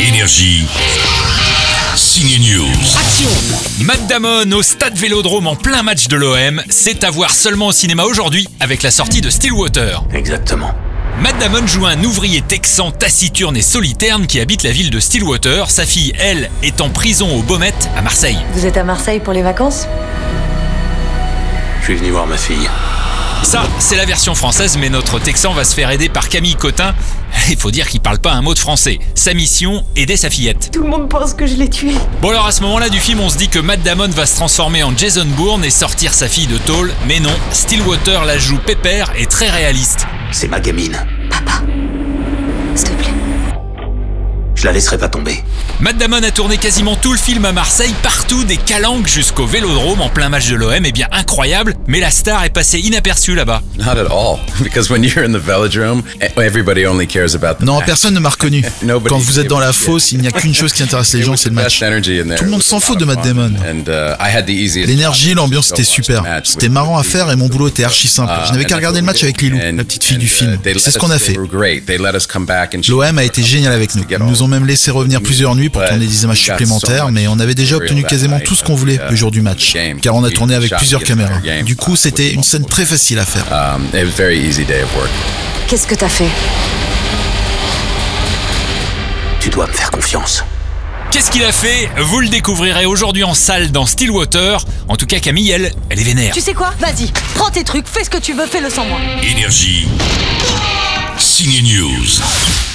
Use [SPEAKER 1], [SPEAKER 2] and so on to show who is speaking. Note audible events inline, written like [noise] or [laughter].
[SPEAKER 1] Énergie. Signe News.
[SPEAKER 2] Matt Damon au stade Vélodrome en plein match de l'OM, c'est à voir seulement au cinéma aujourd'hui avec la sortie de Stillwater.
[SPEAKER 3] Exactement.
[SPEAKER 2] Matt Damon joue un ouvrier texan taciturne et soliterne qui habite la ville de Stillwater. Sa fille, elle, est en prison au Baumette à Marseille.
[SPEAKER 4] Vous êtes à Marseille pour les vacances
[SPEAKER 3] Je suis venu voir ma fille.
[SPEAKER 2] Ça, c'est la version française, mais notre Texan va se faire aider par Camille Cotin. [laughs] Il faut dire qu'il parle pas un mot de français. Sa mission, aider sa fillette.
[SPEAKER 5] Tout le monde pense que je l'ai tué.
[SPEAKER 2] Bon alors à ce moment-là du film, on se dit que Matt Damon va se transformer en Jason Bourne et sortir sa fille de tôle, mais non, Stillwater la joue pépère et très réaliste.
[SPEAKER 3] C'est ma gamine.
[SPEAKER 4] Papa, s'il te plaît.
[SPEAKER 3] Je la laisserai pas tomber.
[SPEAKER 2] Matt Damon a tourné quasiment tout le film à Marseille, partout des calanques jusqu'au Vélodrome en plein match de l'OM, et bien incroyable, mais la star est passée inaperçue là-bas.
[SPEAKER 6] Not at all, [laughs] because when you're in the velodrome, everybody only cares about the
[SPEAKER 7] Non,
[SPEAKER 6] match.
[SPEAKER 7] personne ne m'a reconnu.
[SPEAKER 6] [laughs] Nobody-
[SPEAKER 7] Quand vous êtes dans la fosse, il n'y a qu'une chose qui intéresse les
[SPEAKER 6] It
[SPEAKER 7] gens,
[SPEAKER 6] was
[SPEAKER 7] c'est
[SPEAKER 6] the
[SPEAKER 7] le match.
[SPEAKER 6] best energy in there.
[SPEAKER 7] Tout le monde
[SPEAKER 6] It was
[SPEAKER 7] s'en
[SPEAKER 6] a
[SPEAKER 7] fout
[SPEAKER 6] lot
[SPEAKER 7] de
[SPEAKER 6] of
[SPEAKER 7] Matt
[SPEAKER 6] fun.
[SPEAKER 7] Damon.
[SPEAKER 6] And, uh, I had the easiest-
[SPEAKER 7] L'énergie, l'ambiance, c'était
[SPEAKER 6] So much
[SPEAKER 7] super.
[SPEAKER 6] match
[SPEAKER 7] C'était
[SPEAKER 6] with
[SPEAKER 7] marrant à
[SPEAKER 6] the
[SPEAKER 7] faire et mon boulot était
[SPEAKER 6] people.
[SPEAKER 7] archi simple. Je n'avais
[SPEAKER 6] Uh,
[SPEAKER 7] qu'à
[SPEAKER 6] and
[SPEAKER 7] regarder
[SPEAKER 6] I
[SPEAKER 7] le match avec Lilou,
[SPEAKER 6] and-
[SPEAKER 7] la petite fille
[SPEAKER 6] and,
[SPEAKER 7] du film.
[SPEAKER 6] uh, they
[SPEAKER 7] C'est ce
[SPEAKER 6] let
[SPEAKER 7] qu'on
[SPEAKER 6] us-
[SPEAKER 7] a
[SPEAKER 6] they
[SPEAKER 7] fait.
[SPEAKER 6] were great. They let us come back and-
[SPEAKER 7] L'OM a été génial avec nous. Ils nous ont même laissé revenir plusieurs nuits pour tourner des images supplémentaires, mais on avait déjà obtenu quasiment tout ce qu'on voulait le jour du match, car on a tourné avec plusieurs caméras. Du coup, c'était une scène très facile à faire.
[SPEAKER 6] Um, it was a very easy day of work.
[SPEAKER 4] Qu'est-ce que t'as fait
[SPEAKER 3] Tu dois me faire confiance.
[SPEAKER 2] Qu'est-ce qu'il a fait Vous le découvrirez aujourd'hui en salle dans Stillwater. En tout cas, Camille, elle, elle est vénère.
[SPEAKER 8] Tu sais quoi Vas-y, prends tes trucs, fais ce que tu veux, fais-le sans moi.
[SPEAKER 1] Énergie. Signe News.